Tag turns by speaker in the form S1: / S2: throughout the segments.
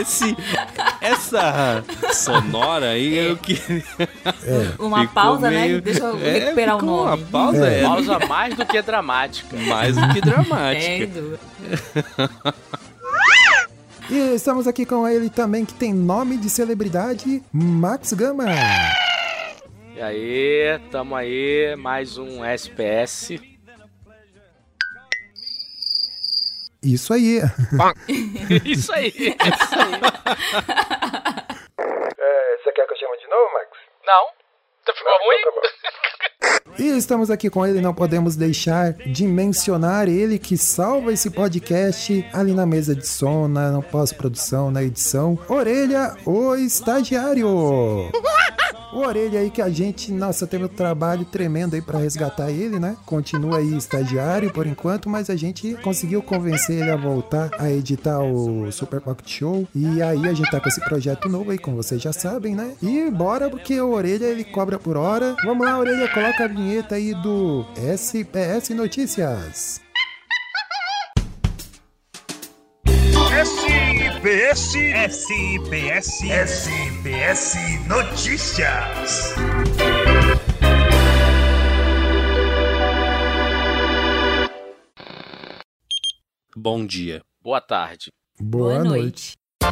S1: Esse. Essa sonora aí, eu que. Ficou
S2: Uma É, pausa, né?
S1: meio-
S2: Deixa eu
S1: É,
S2: recuperar o
S1: ficou
S2: nome.
S1: Uma pausa é.
S3: Pausa mais do que dramática.
S1: mais do que dramática.
S2: Entendo.
S4: E estamos aqui com ele também, que tem nome de celebridade, Max Gama.
S3: E aí, tamo aí, mais um SPS.
S4: Isso aí.
S3: Isso aí.
S4: Você quer que eu chame de novo, Max?
S3: Não? Tu ficou ruim?
S4: E estamos aqui com ele, não podemos deixar de mencionar ele que salva esse podcast ali na mesa de som, na na pós-produção, na edição. Orelha, o estagiário! O Orelha aí que a gente, nossa, teve um trabalho tremendo aí pra resgatar ele, né? Continua aí estagiário por enquanto, mas a gente conseguiu convencer ele a voltar a editar o Super Pocket Show. E aí a gente tá com esse projeto novo aí, como vocês já sabem, né? E bora, porque o Orelha ele cobra por hora. Vamos lá, Orelha, coloca a vinheta aí do SPS Notícias.
S5: SBS SBS SBS Notícias
S1: Bom dia.
S3: Boa tarde.
S4: Boa, noite. Ah,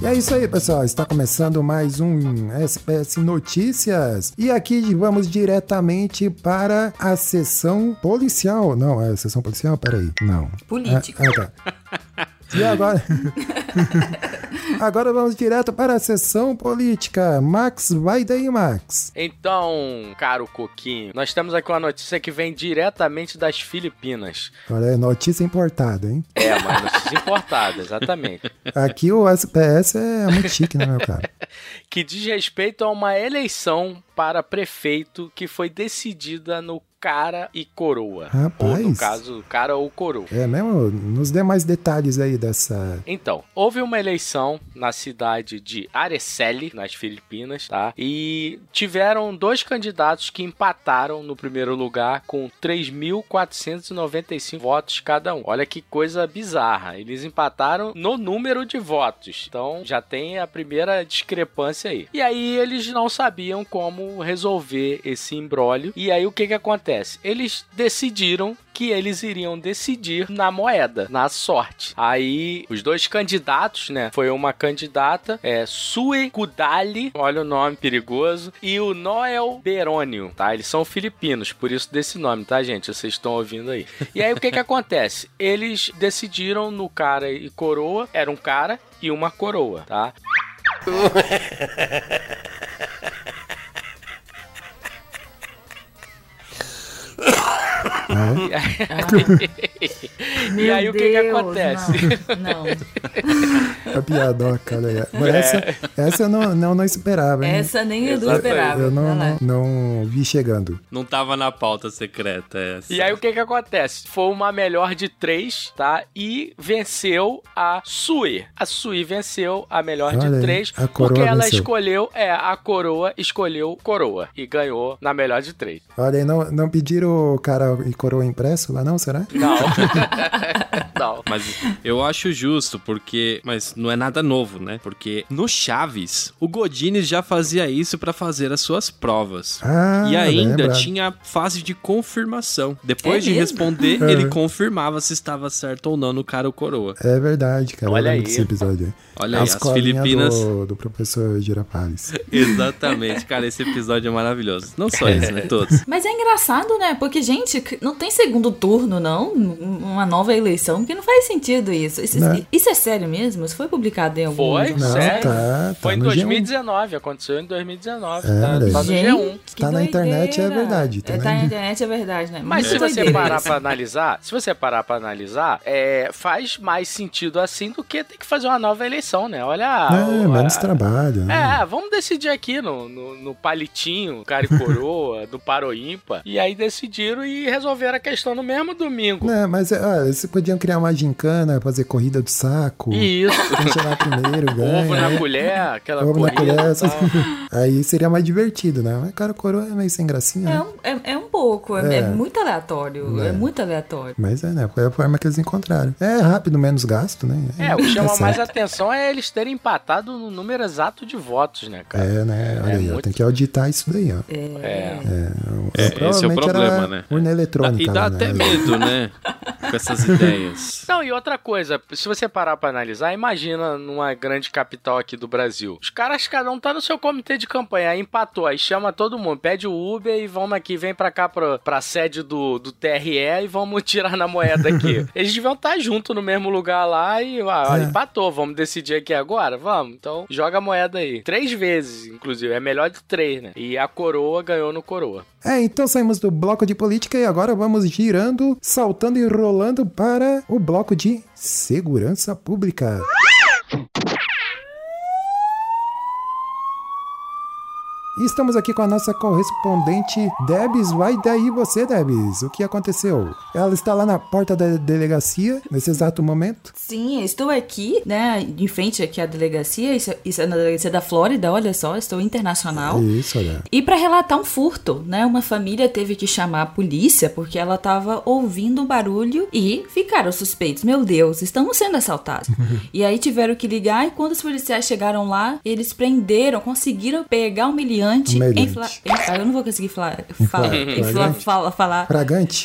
S4: E é isso aí, pessoal. Está começando mais um SPS Notícias. E aqui vamos diretamente para a sessão policial. Não, é a sessão policial? Peraí. Não.
S2: Político.
S4: Ah, ah, tá. E agora? agora vamos direto para a sessão política. Max, vai daí, Max.
S3: Então, caro Coquinho, nós temos aqui uma notícia que vem diretamente das Filipinas.
S4: Olha, é notícia importada, hein?
S3: É, uma notícia importada, exatamente.
S4: Aqui o SPS é muito chique, né, meu cara?
S3: Que diz respeito a uma eleição para prefeito que foi decidida no cara e coroa. Ou no
S4: Rapaz.
S3: caso, cara ou coroa.
S4: É mesmo? Nos dê mais detalhes aí dessa.
S3: Então, houve uma eleição na cidade de Areceli, nas Filipinas, tá? E tiveram dois candidatos que empataram no primeiro lugar com 3.495 votos cada um. Olha que coisa bizarra. Eles empataram no número de votos. Então, já tem a primeira discrepância aí. E aí eles não sabiam como resolver esse imbróglio. E aí o que que acontece? Eles decidiram que eles iriam decidir na moeda, na sorte. Aí, os dois candidatos, né? Foi uma candidata, é, Sue Kudali, olha o nome perigoso, e o Noel Berônio, tá? Eles são filipinos, por isso desse nome, tá, gente? Vocês estão ouvindo aí. E aí, o que que acontece? Eles decidiram no cara e coroa, era um cara e uma coroa, tá?
S4: Ah,
S3: E aí, o que que acontece?
S2: Não, não.
S4: é a piadoca, olha aí. Mas
S1: É.
S4: essa, essa eu não, não, não esperava, hein?
S2: essa nem Edu
S3: Exatamente.
S2: esperava. né?
S4: eu não,
S2: Vai lá.
S4: não, não vi chegando.
S1: Não tava na pauta secreta essa.
S3: E aí o que que acontece? Foi uma melhor de três, tá? E venceu a Sui. A Sui venceu a melhor
S4: Olha
S3: de
S4: aí,
S3: três,
S4: a coroa
S3: porque ela
S4: venceu.
S3: escolheu, é, a coroa escolheu coroa e ganhou na melhor de três.
S4: Olha aí, não, não pediram o cara e coroa impresso lá, não? Será?
S3: Não. Não.
S1: Mas eu acho justo, porque. Mas não é nada novo, né? Porque no Chaves, o Godines já fazia isso pra fazer as suas provas.
S4: Ah,
S1: e ainda
S4: lembra.
S1: tinha a fase de confirmação. Depois
S2: É
S1: de
S2: mesmo?
S1: responder,
S4: É.
S1: ele confirmava se estava certo ou não no cara ou coroa.
S4: É verdade, cara.
S3: Olha
S4: eu lembro
S3: aí.
S4: desse episódio aí.
S1: Olha
S4: A
S1: aí, as
S4: escolinha
S1: Filipinas.
S4: Do, do professor Girafales.
S1: Exatamente, cara, esse episódio é maravilhoso. Não só esse, né? Todos.
S2: Mas é engraçado, né? Porque, gente, c- não tem segundo turno, não? Um- Uma nova eleição, porque não faz sentido isso. Isso,
S4: Né?
S2: isso é sério mesmo? Isso foi publicado em algum
S3: Foi?
S2: lugar?
S4: Não,
S3: Sério?
S4: tá, tá.
S3: Foi em
S4: no G1.
S3: 2019, aconteceu em 2019.
S4: É,
S3: tá,
S4: olha
S3: tá no
S4: aí.
S3: G1.
S2: Gente, que
S4: Tá na internet, é
S2: doideira.
S4: verdade, tá
S2: É,
S4: na-
S2: tá na internet, é verdade, né?
S3: Mas
S2: Muito
S3: se você
S2: doideira
S3: parar
S2: isso.
S3: pra analisar, se você parar pra analisar, é, faz mais sentido assim do que ter que fazer uma nova eleição, né? Olha.
S1: Ah,
S4: É,
S3: a-
S4: menos trabalho. Né?
S3: É, vamos decidir aqui no, no, no palitinho, cara e coroa, no paroímpa. E aí decidiram e resolveram a questão no mesmo
S1: É.
S3: domingo.
S4: Não, Né, mas olha, vocês podiam criar uma gincana, fazer corrida do saco.
S3: E isso,
S4: Quem chegar primeiro
S3: ovo
S4: ganha.
S3: na
S4: né?
S3: colher, aquela
S4: Ovo na
S3: corrida.
S4: colher.
S3: e
S4: essas-
S3: tal.
S4: Aí seria mais divertido, né? Mas, cara, o coroa é meio sem gracinha.
S2: É
S4: né?
S2: um, é, é um pouco, é,
S4: É.
S2: é muito aleatório. É. muito aleatório.
S4: Mas é, né? Foi a forma que eles encontraram. É rápido, menos gasto, né?
S3: É, o que chama
S4: certo.
S3: mais atenção é eles terem empatado no número exato de votos, né, cara?
S4: É, né? Olha
S3: É
S4: aí, ó,
S3: muito-
S4: tem que auditar isso daí, ó. Então,
S3: É.
S1: É, esse é o
S4: Provavelmente era
S1: problema, né?
S4: Urna eletrônica.
S1: E dá
S4: lá,
S1: até
S4: né?
S1: medo, né? Com essas ideias.
S3: Não, e outra coisa, se você parar pra analisar, imagina numa grande capital aqui do Brasil. Os caras, cada um tá no seu comitê de campanha, aí empatou, aí chama todo mundo, pede o Uber e vamos aqui, vem pra cá pra, pra sede do, do TRE e vamos tirar na moeda aqui. Eles deviam estar junto no mesmo lugar lá e ah,
S4: É.
S3: empatou, vamos decidir aqui agora? Vamos, então joga a moeda aí. Três vezes, inclusive, é melhor de três, né? E a coroa ganhou no coroa.
S4: É, então saímos do bloco de política e agora vamos girando, saltando e rolando para o bloco de segurança pública. E Estamos aqui com a nossa correspondente Debs. Vai daí você, Debs. O que aconteceu? Ela está lá na porta da delegacia nesse exato momento.
S2: Sim, eu estou aqui, né, em frente aqui à delegacia, isso, isso é na delegacia da Flórida, olha só, eu estou internacional.
S4: Isso, olha.
S2: E para relatar um furto, né? Uma família teve que chamar a polícia porque ela estava ouvindo o barulho e ficaram suspeitos. Meu Deus, estamos sendo assaltados. e aí tiveram que ligar e quando os policiais chegaram lá, eles prenderam, conseguiram pegar um o
S4: O meliante.
S2: meliante. Infla... infla- Eu não vou conseguir falar. Fala,
S4: Infla-
S2: infla...
S4: flagrante.
S2: fala, falar.
S4: Fragante?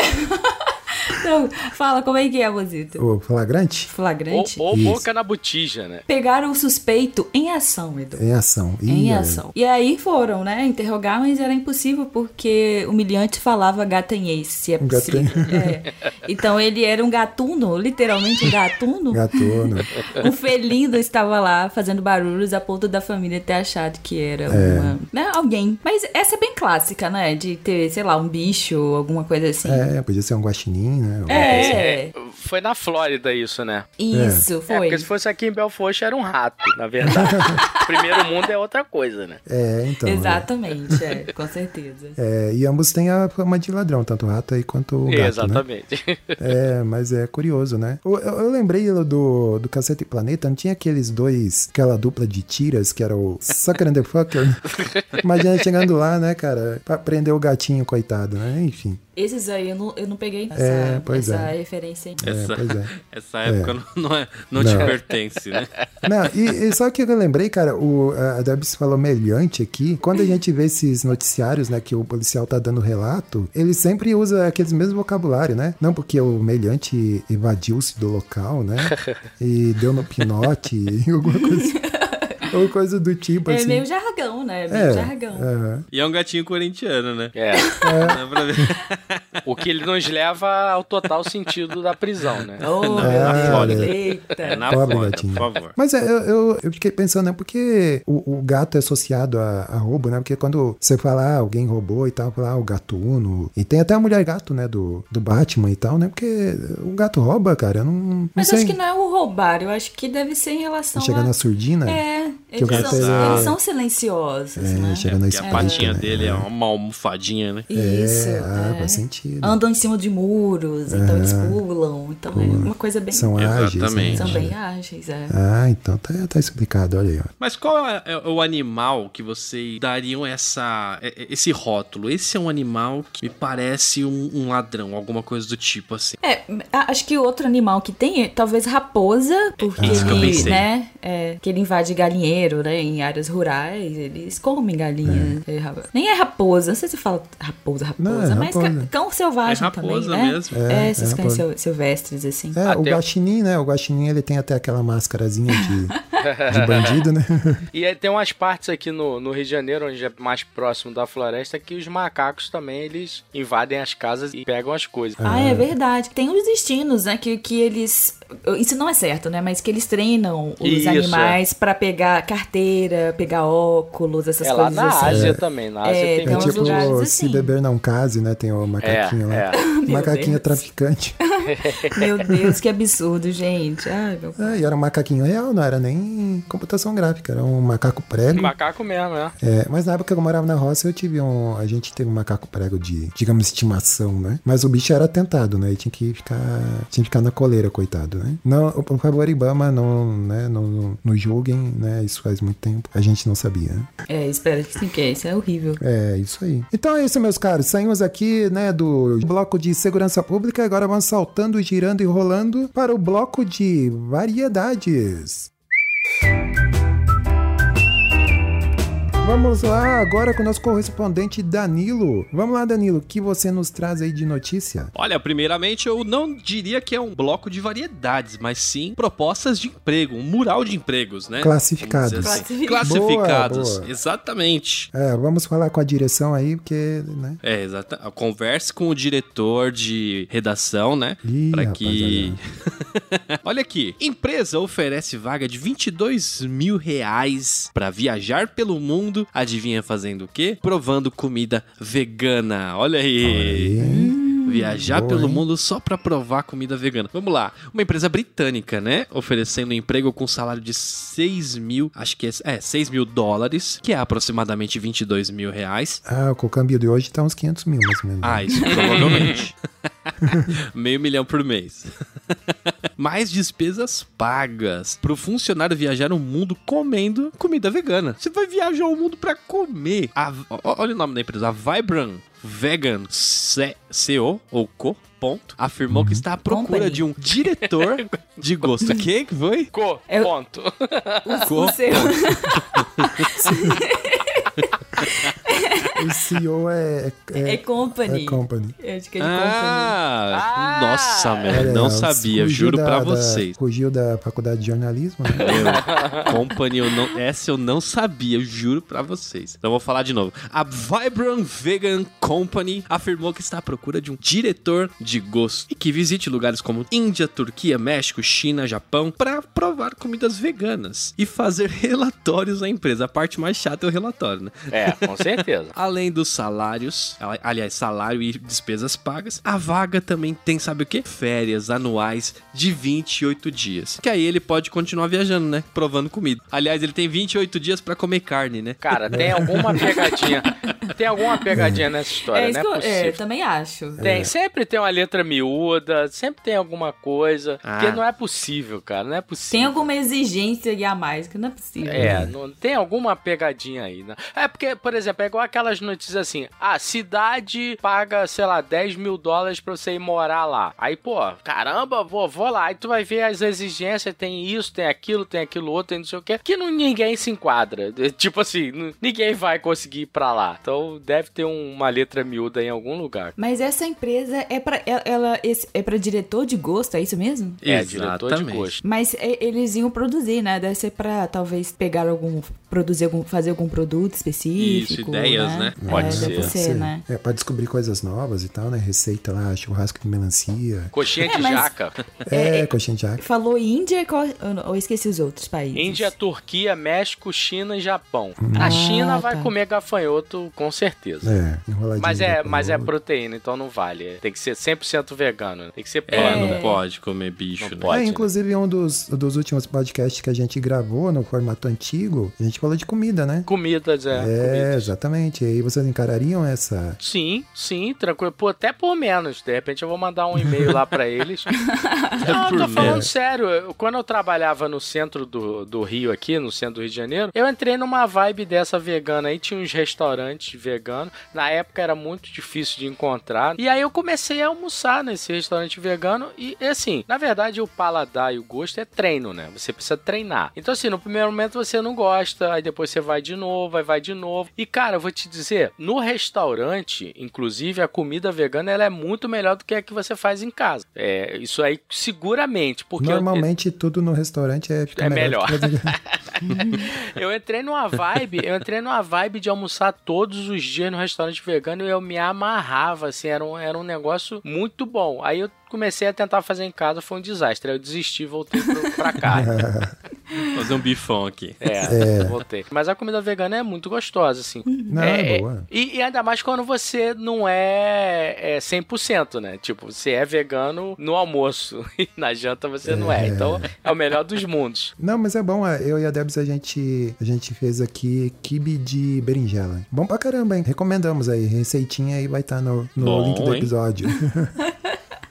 S2: Não, fala, como é que é, Mozito?
S4: Ou flagrante?
S3: Ou,
S2: Flagrante.
S3: ou
S4: Isso.
S3: boca na botija, né?
S2: Pegaram o suspeito em ação, Edu.
S4: Em ação. Ih,
S2: Em
S4: olha.
S2: ação. E aí foram, né, interrogar, mas era impossível porque o humilhante falava gatanhês, se é
S4: Um
S2: possível. É. Então ele era um gatuno, literalmente um gatuno.
S4: Gatuno.
S2: Um felino estava lá fazendo barulhos a ponto da família ter achado que
S4: É.
S2: era uma, né, alguém. Mas essa é bem clássica, né, de ter, sei lá, um bicho ou alguma coisa assim.
S4: É, podia ser um guaxinim, né?
S2: É,
S3: Foi na Flórida isso, né?
S2: isso,
S3: É,
S2: foi.
S3: porque se fosse aqui em Belfort era um rato, na verdade. Primeiro mundo é outra coisa, né?
S4: É, então.
S2: Exatamente, é, com certeza.
S4: É, e ambos têm a fama de ladrão, tanto o rato aí quanto o gato, né?
S3: Exatamente.
S4: É, mas é curioso, né? Eu, eu- eu lembrei do, do Cacete Planeta, não tinha aqueles dois, aquela dupla de tiras que era o Sucker and the Fucker? Imagina chegando lá, né, cara, pra prender o gatinho, coitado, né? Enfim,
S2: Esses aí eu não, eu não peguei essa,
S4: É, pois
S2: essa
S4: é.
S2: referência. aí.
S1: Essa,
S4: pois é.
S1: essa época não, não é- não te
S4: Não.
S1: pertence, né?
S4: Não, e, e só que eu lembrei, cara, o, a Debs falou melhante aqui. Quando a gente vê esses noticiários, né, que o policial tá dando relato, ele sempre usa aqueles mesmos vocabulário, né? Não porque o melhante evadiu-se do local, né? E deu no pinote, alguma coisa, alguma coisa do tipo,
S2: É
S4: assim.
S2: meio jargão, né? É meio jargão.
S4: é.
S1: E é um gatinho corintiano, né?
S3: É.
S1: Dá pra ver.
S3: O que ele nos leva ao total sentido da prisão,
S4: é.
S3: né?
S2: Oh,
S4: na
S2: meu
S1: é Flórida.
S2: Deus. Eita.
S1: É na
S4: Pobre
S1: foda,
S4: gatinho.
S1: por favor.
S4: Mas é, eu, eu, eu fiquei pensando, né? Porque o, o gato é associado a, a roubo, né? Porque quando você fala, ah, alguém roubou e tal, fala, ah, o gatuno. E tem até a mulher gato, né? Do, do Batman e tal, né? Porque o gato rouba, cara. Eu não, não
S2: Mas
S4: sei.
S2: acho que não é o roubar, eu acho que deve ser em relação
S4: Chega
S2: a...
S4: na surdina.
S2: É,
S4: Que o
S2: eles,
S4: gato
S2: são,
S4: é-
S2: eles são silenciosos,
S4: É,
S2: né?
S4: chega
S1: E
S4: na
S1: a
S4: espinha.
S1: patinha
S4: né?
S1: dele é uma almofadinha, né?
S2: Isso,
S4: É, ah,
S2: é.
S4: faz sentido. sentido.
S2: Andam em cima de muros, então eles pulam. Então é uma coisa bem.
S4: São ágeis. né?
S1: Exatamente.
S2: são bem ágeis, é.
S4: Ah, então tá, tá explicado, olha aí. ó.
S1: Mas qual é é o animal que vocês dariam essa, é- é- esse rótulo? Esse é um animal que me parece um, um ladrão, alguma coisa do tipo assim.
S2: É, a- acho que outro animal que tem é talvez raposa, porque
S1: isso que eu
S2: ele,
S1: pensei.
S2: né, é, que ele invade galinheiro, né, em áreas rurais, eles comem galinha. É, rapa- Nem é raposa, não sei se fala raposa, raposa,
S4: Não, é
S2: mas
S4: raposa.
S2: ca- cão selvagem
S1: É raposa
S2: também, né?
S1: mesmo.
S2: É,
S4: É,
S2: esses
S4: é
S2: cães
S4: raposa.
S2: sil- silvestres, assim.
S4: É, o
S3: Até-
S4: guaxinim, né? O guaxinim, ele tem até aquela mascarazinha de, de bandido, né?
S3: E aí tem umas partes aqui no, no Rio de Janeiro, onde é mais próximo da floresta, que os macacos também eles invadem as casas e pegam as coisas.
S2: Ah, é verdade. Tem uns destinos, né, que, que eles... Isso não é certo, né? Mas que eles treinam os
S3: Isso, é.
S2: animais pra pegar carteira, pegar óculos, essas
S3: é lá
S2: coisas
S3: na
S2: assim.
S3: Ásia também. Na Ásia
S2: É,
S3: tem
S2: tem
S4: É
S2: uns
S3: muito
S4: tipo,
S2: lugares assim.
S4: se beber não case, né? Tem o macaquinho lá.
S3: é.
S4: Macaquinho
S2: Deus.
S4: traficante.
S2: Meu Deus, que absurdo, gente. Ai, meu...
S4: É, e era um macaquinho real, não era nem computação gráfica, era um macaco prego.
S3: Macaco mesmo, né?
S4: É, mas na época que eu morava na roça, eu tive um. A gente teve um macaco prego de, digamos, estimação, né? Mas o bicho era tentado, né? E tinha que ficar. Tinha que ficar na coleira, coitado, né? Não, por favor, Ibama, não, né? Não, não, não julguem, né? Isso faz muito tempo. A gente não sabia, né?
S2: É, espera que sim, que é, isso é horrível.
S4: É, isso aí. Então é isso, meus caros. Saímos aqui, né, do bloco de segurança pública. Agora vamos saltando, girando e rolando para o bloco de variedades. Vamos lá agora com o nosso correspondente Danilo. Vamos lá, Danilo, o que você nos traz aí de notícia?
S1: Olha, primeiramente eu não diria que é um bloco de variedades, mas sim propostas de emprego, um mural de empregos, né?
S4: Classificados.
S1: Vamos dizer assim.
S4: Boa,
S1: Classificados,
S4: boa.
S1: exatamente.
S4: É, vamos falar com a direção aí, porque, né?
S1: É, exata. Converse com o diretor de redação, né?
S4: Ih,
S1: Pra
S4: rapaz,
S1: que. Olha aqui. Empresa oferece vaga de 22 mil reais pra viajar pelo mundo. Adivinha fazendo o quê? Provando comida vegana. Olha aí. Hum.
S4: Olha
S1: Viajar
S4: boa,
S1: pelo
S4: hein?
S1: mundo só pra provar comida vegana. Vamos lá. Uma empresa britânica, né? Oferecendo emprego com salário de 6 mil, acho que é, é 6 mil dólares, que é aproximadamente 22 mil reais.
S4: Ah, com o câmbio de hoje tá uns 500 mil, mais ou menos.
S1: Ah, isso provavelmente. Meio milhão por mês. Mais despesas pagas pro funcionário viajar o mundo comendo comida vegana. Você vai viajar o mundo pra comer. A- o- olha o nome da empresa, a Vibram Vegan C- CO ou Co. Ponto, afirmou que está à procura
S2: Company.
S1: de um diretor de gosto. O que que foi?
S3: Co,
S2: Eu-
S3: ponto.
S1: Co-
S2: O seu-
S4: O CEO é.
S2: é company.
S4: é company.
S2: Eu acho que é de company.
S1: Ah,
S3: Ah!
S1: nossa,
S4: Olha,
S1: merda, não
S4: ó,
S1: sabia,
S4: fugiu
S1: juro
S4: da-
S1: pra
S4: da-
S1: vocês.
S4: Fugiu da faculdade de jornalismo, né?
S1: Meu, Company, eu não, essa eu não sabia, eu juro pra vocês. Então eu vou falar de novo. A Vibrant Vegan Company afirmou que está à procura de um diretor de gosto e que visite lugares como Índia, Turquia, México, China, Japão pra provar comidas veganas e fazer relatórios à empresa. A parte mais chata é o relatório, né?
S3: É, com certeza.
S1: Além dos salários, ali- aliás, salário e despesas pagas, a vaga também tem, sabe o quê? Férias anuais de 28 dias. Que aí ele pode continuar viajando, né? Provando comida. Aliás, ele tem 28 dias pra comer carne, né?
S3: Cara, tem alguma pegadinha. Tem alguma pegadinha nessa história,
S2: é, isso
S3: né?
S2: que eu, é,
S3: possível.
S2: também acho.
S3: Tem, sempre tem uma letra miúda, sempre tem alguma coisa.
S1: Ah.
S3: Porque não é possível, cara, não é possível.
S2: Tem alguma exigência aí a mais, que não é possível.
S3: É, não, tem alguma pegadinha aí, né? É porque, por exemplo, é igual aquelas notícias assim: a cidade paga, sei lá, 10 mil dólares pra você ir morar lá. Aí, pô, caramba, vou, vou lá. Aí tu vai ver as exigências: tem isso, tem aquilo, tem aquilo outro, tem não sei o quê. Que não, ninguém se enquadra. Tipo assim, n- ninguém vai conseguir ir pra lá. Então deve ter um- uma letra miúda em algum lugar.
S2: Mas essa empresa é pra, ela, ela- esse- é pra diretor de gosto, é isso mesmo?
S3: É, diretor de gosto.
S2: Mas é- eles iam produzir, né? Deve ser pra talvez pegar algum. produzir algum. fazer algum produto específico.
S1: Isso, ideias, né?
S3: Pode
S2: é,
S3: ser.
S2: Deve
S3: Pode
S2: ser, né?
S4: É, pra descobrir coisas novas e tal, né? Receita lá, churrasco de melancia.
S3: Coxinha
S2: É,
S3: de
S2: mas-
S3: jaca.
S4: É, coxinha de jaca.
S2: Falou Índia qual- eu, não- eu esqueci os outros países.
S3: Índia, Turquia, México, China e Japão. A
S2: Ah,
S3: China vai
S2: tá.
S3: comer gafanhoto com com certeza.
S4: É, enroladinho.
S3: Mas é,
S4: da
S3: mas é
S4: Paola.
S3: proteína, então não vale. Tem que ser 100% vegano. né? Tem que ser
S1: É,
S3: plano.
S1: não pode comer bicho,
S3: Não
S1: né?
S3: pode.
S4: É,
S3: né?
S4: inclusive, um dos, dos últimos podcasts que a gente gravou no formato antigo, a gente falou de comida, né?
S3: Comidas, é.
S4: É,
S3: comidas.
S4: exatamente. E aí vocês encarariam essa.
S3: Sim, sim, tranquilo. Pô, até por menos. De repente eu vou mandar um e-mail lá pra eles. Não, eu
S1: por
S3: tô Ah, tá falando
S1: menos.
S3: sério. Eu- Quando eu trabalhava no centro do, do Rio, aqui, no centro do Rio de Janeiro, eu entrei numa vibe dessa vegana aí. Tinha uns restaurantes veganos. Na época era muito difícil de encontrar. E aí eu comecei a almoçar nesse restaurante vegano. E assim, na verdade, o paladar e o gosto é treino, né? Você precisa treinar. Então, assim, no primeiro momento você não gosta, aí depois você vai de novo, aí vai de novo. E, cara, eu vou te dizer, no restaurante, inclusive, a comida vegana ela é muito melhor do que a que você faz em casa. É, isso aí seguramente, porque. eu-
S4: Normalmente tudo no restaurante é, fica
S3: É
S4: melhor. do que fazer-
S3: Eu entrei numa vibe, eu entrei numa vibe de almoçar todos os dias no restaurante vegano e eu me amarrava, assim, era um, era um negócio muito bom. Aí eu comecei a tentar fazer em casa, foi um desastre. Aí eu desisti e voltei pro, pra cá.
S1: Fazer um bifão aqui.
S3: É, voltei. Mas a comida vegana é muito gostosa, assim.
S4: Não, é,
S3: É,
S4: boa.
S3: E, e ainda mais quando você não é, é 100%, né? Tipo, você é vegano no almoço e na janta você não é. Então é o melhor dos mundos.
S4: Não, mas é bom. é, Eu e a Debs, a gente, a gente fez aqui kibe de berinjela. Bom pra caramba, hein? Recomendamos aí. Receitinha aí vai estar no, no
S1: Bom,
S4: link do
S1: hein?
S4: episódio.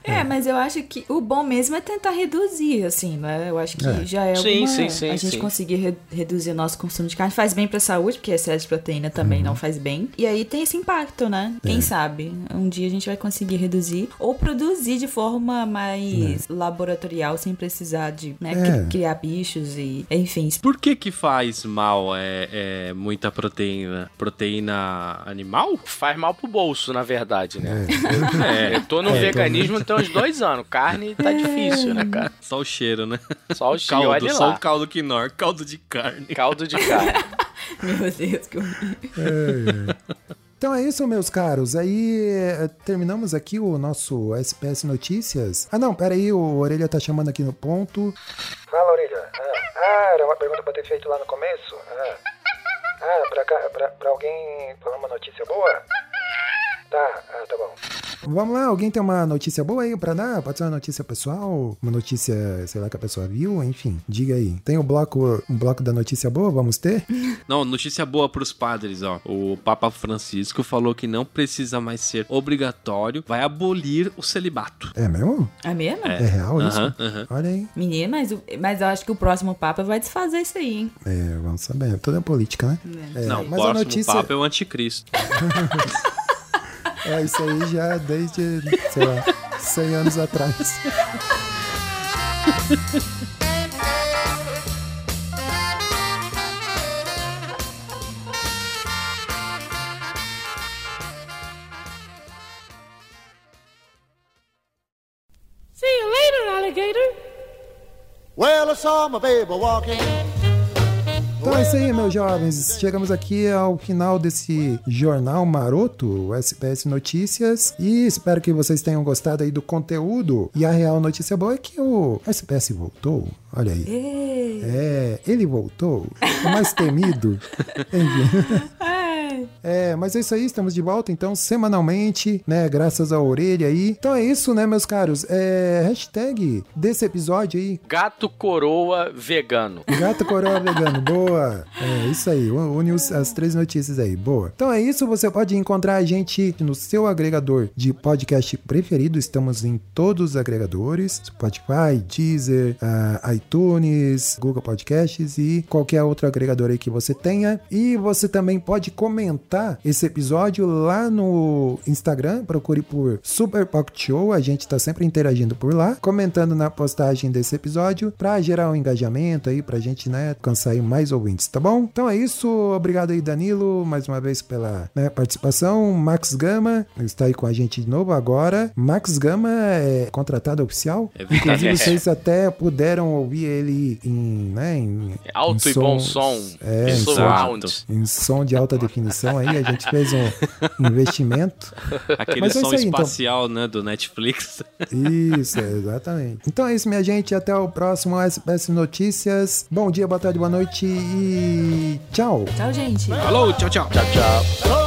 S2: É, mas eu acho que o bom mesmo é tentar reduzir, assim, né? Eu acho que
S4: É.
S2: já é
S3: Sim,
S2: uma...
S3: sim, sim,
S2: A gente
S3: sim.
S2: conseguir re- reduzir o nosso consumo de carne faz bem pra saúde, porque excesso de proteína também
S4: Uhum.
S2: não faz bem. E aí tem esse impacto, né? Quem
S4: É.
S2: sabe? Um dia a gente vai conseguir reduzir ou produzir de forma mais laboratorial, sem precisar de né,
S4: É.
S2: cri- criar bichos e, enfim,
S1: Por que que faz mal é, é, muita proteína? Proteína animal?
S3: Faz mal pro bolso, na verdade, né?
S1: É,
S3: Eu tô no
S4: É, tô- É.
S3: veganismo tem uns dois anos. Carne tá difícil, né, cara?
S1: só o cheiro, né?
S3: Só o
S1: Caldo,
S3: chiole
S1: só
S3: lá.
S1: o caldo quinor, caldo de carne.
S3: Caldo de carne.
S2: Meu Deus, que horrível.
S4: Então é isso, meus caros. Aí eh, terminamos aqui o nosso SPS Notícias. Ah, não, peraí, o Orelha tá chamando aqui no ponto. Fala, Orelha. Ah, era uma pergunta pra ter feito lá no começo? Ah, ah pra, alguém falar uma notícia boa? Tá, tá bom. Vamos lá, alguém tem uma notícia boa aí pra dar? Pode ser uma notícia pessoal, uma notícia, sei lá, que a pessoa viu, enfim, diga aí. Tem o bloco, um bloco da notícia boa, vamos ter?
S1: Não, notícia boa pros padres, ó. O Papa Francisco falou que não precisa mais ser obrigatório, vai abolir o celibato.
S4: É mesmo?
S2: É mesmo?
S4: É real isso?
S1: Aham, aham.
S4: Olha aí.
S2: Menino, mas, o- mas eu acho que o próximo Papa vai desfazer isso aí, hein?
S4: É, vamos saber. Tudo é política, né? É,
S1: Não, o
S4: mas a
S1: próximo
S4: notícia
S1: Papa é o anticristo.
S4: é isso aí já desde, sei lá, 100 anos atrás.
S6: See you later, alligator.
S7: Well, I saw my baby walking.
S4: Então é isso aí, meus jovens. Chegamos aqui ao final desse jornal maroto, o SPS Notícias. E espero que vocês tenham gostado aí do conteúdo. E a real notícia boa é que o SPS voltou. Olha aí. É, ele voltou. O mais temido. Enfim. É, mas é isso aí, estamos de volta então semanalmente, né? Graças à orelha aí. Então é isso, né, meus caros? É, hashtag desse episódio aí,
S3: Gato coroa vegano.
S4: Gato Coroa Vegano, boa! É isso aí, une os- as três notícias aí, boa. Então é isso, você pode encontrar a gente no seu agregador de podcast preferido, estamos em todos os agregadores: Spotify, Deezer, ah, iTunes, Google Podcasts e qualquer outro agregador aí que você tenha. E você também pode comentar esse episódio lá no Instagram, procure por Super Pocket Show, a gente tá sempre interagindo por lá, comentando na postagem desse episódio pra gerar um engajamento aí, pra gente, né, alcançar aí mais ouvintes, tá bom? Então é isso, obrigado aí Danilo, mais uma vez pela né, participação, Max Gama está aí com a gente de novo agora, Max Gama é contratado oficial,
S1: É verdade.
S4: inclusive vocês até puderam ouvir ele em, né, em
S3: Alto
S4: em
S3: e bom som.
S4: sons- é, em som-
S3: Surround.
S1: exato.
S4: em som de alta definição aí, a gente fez um investimento.
S1: Aquele
S4: Mas é
S1: som
S4: isso aí, então.
S1: espacial, né, do Netflix.
S4: Isso, exatamente. Então é isso, minha gente. Até o próximo SPS Notícias. Bom dia, boa tarde, boa noite e tchau.
S2: Tchau, gente.
S1: Falou, tchau, tchau.
S7: Hello,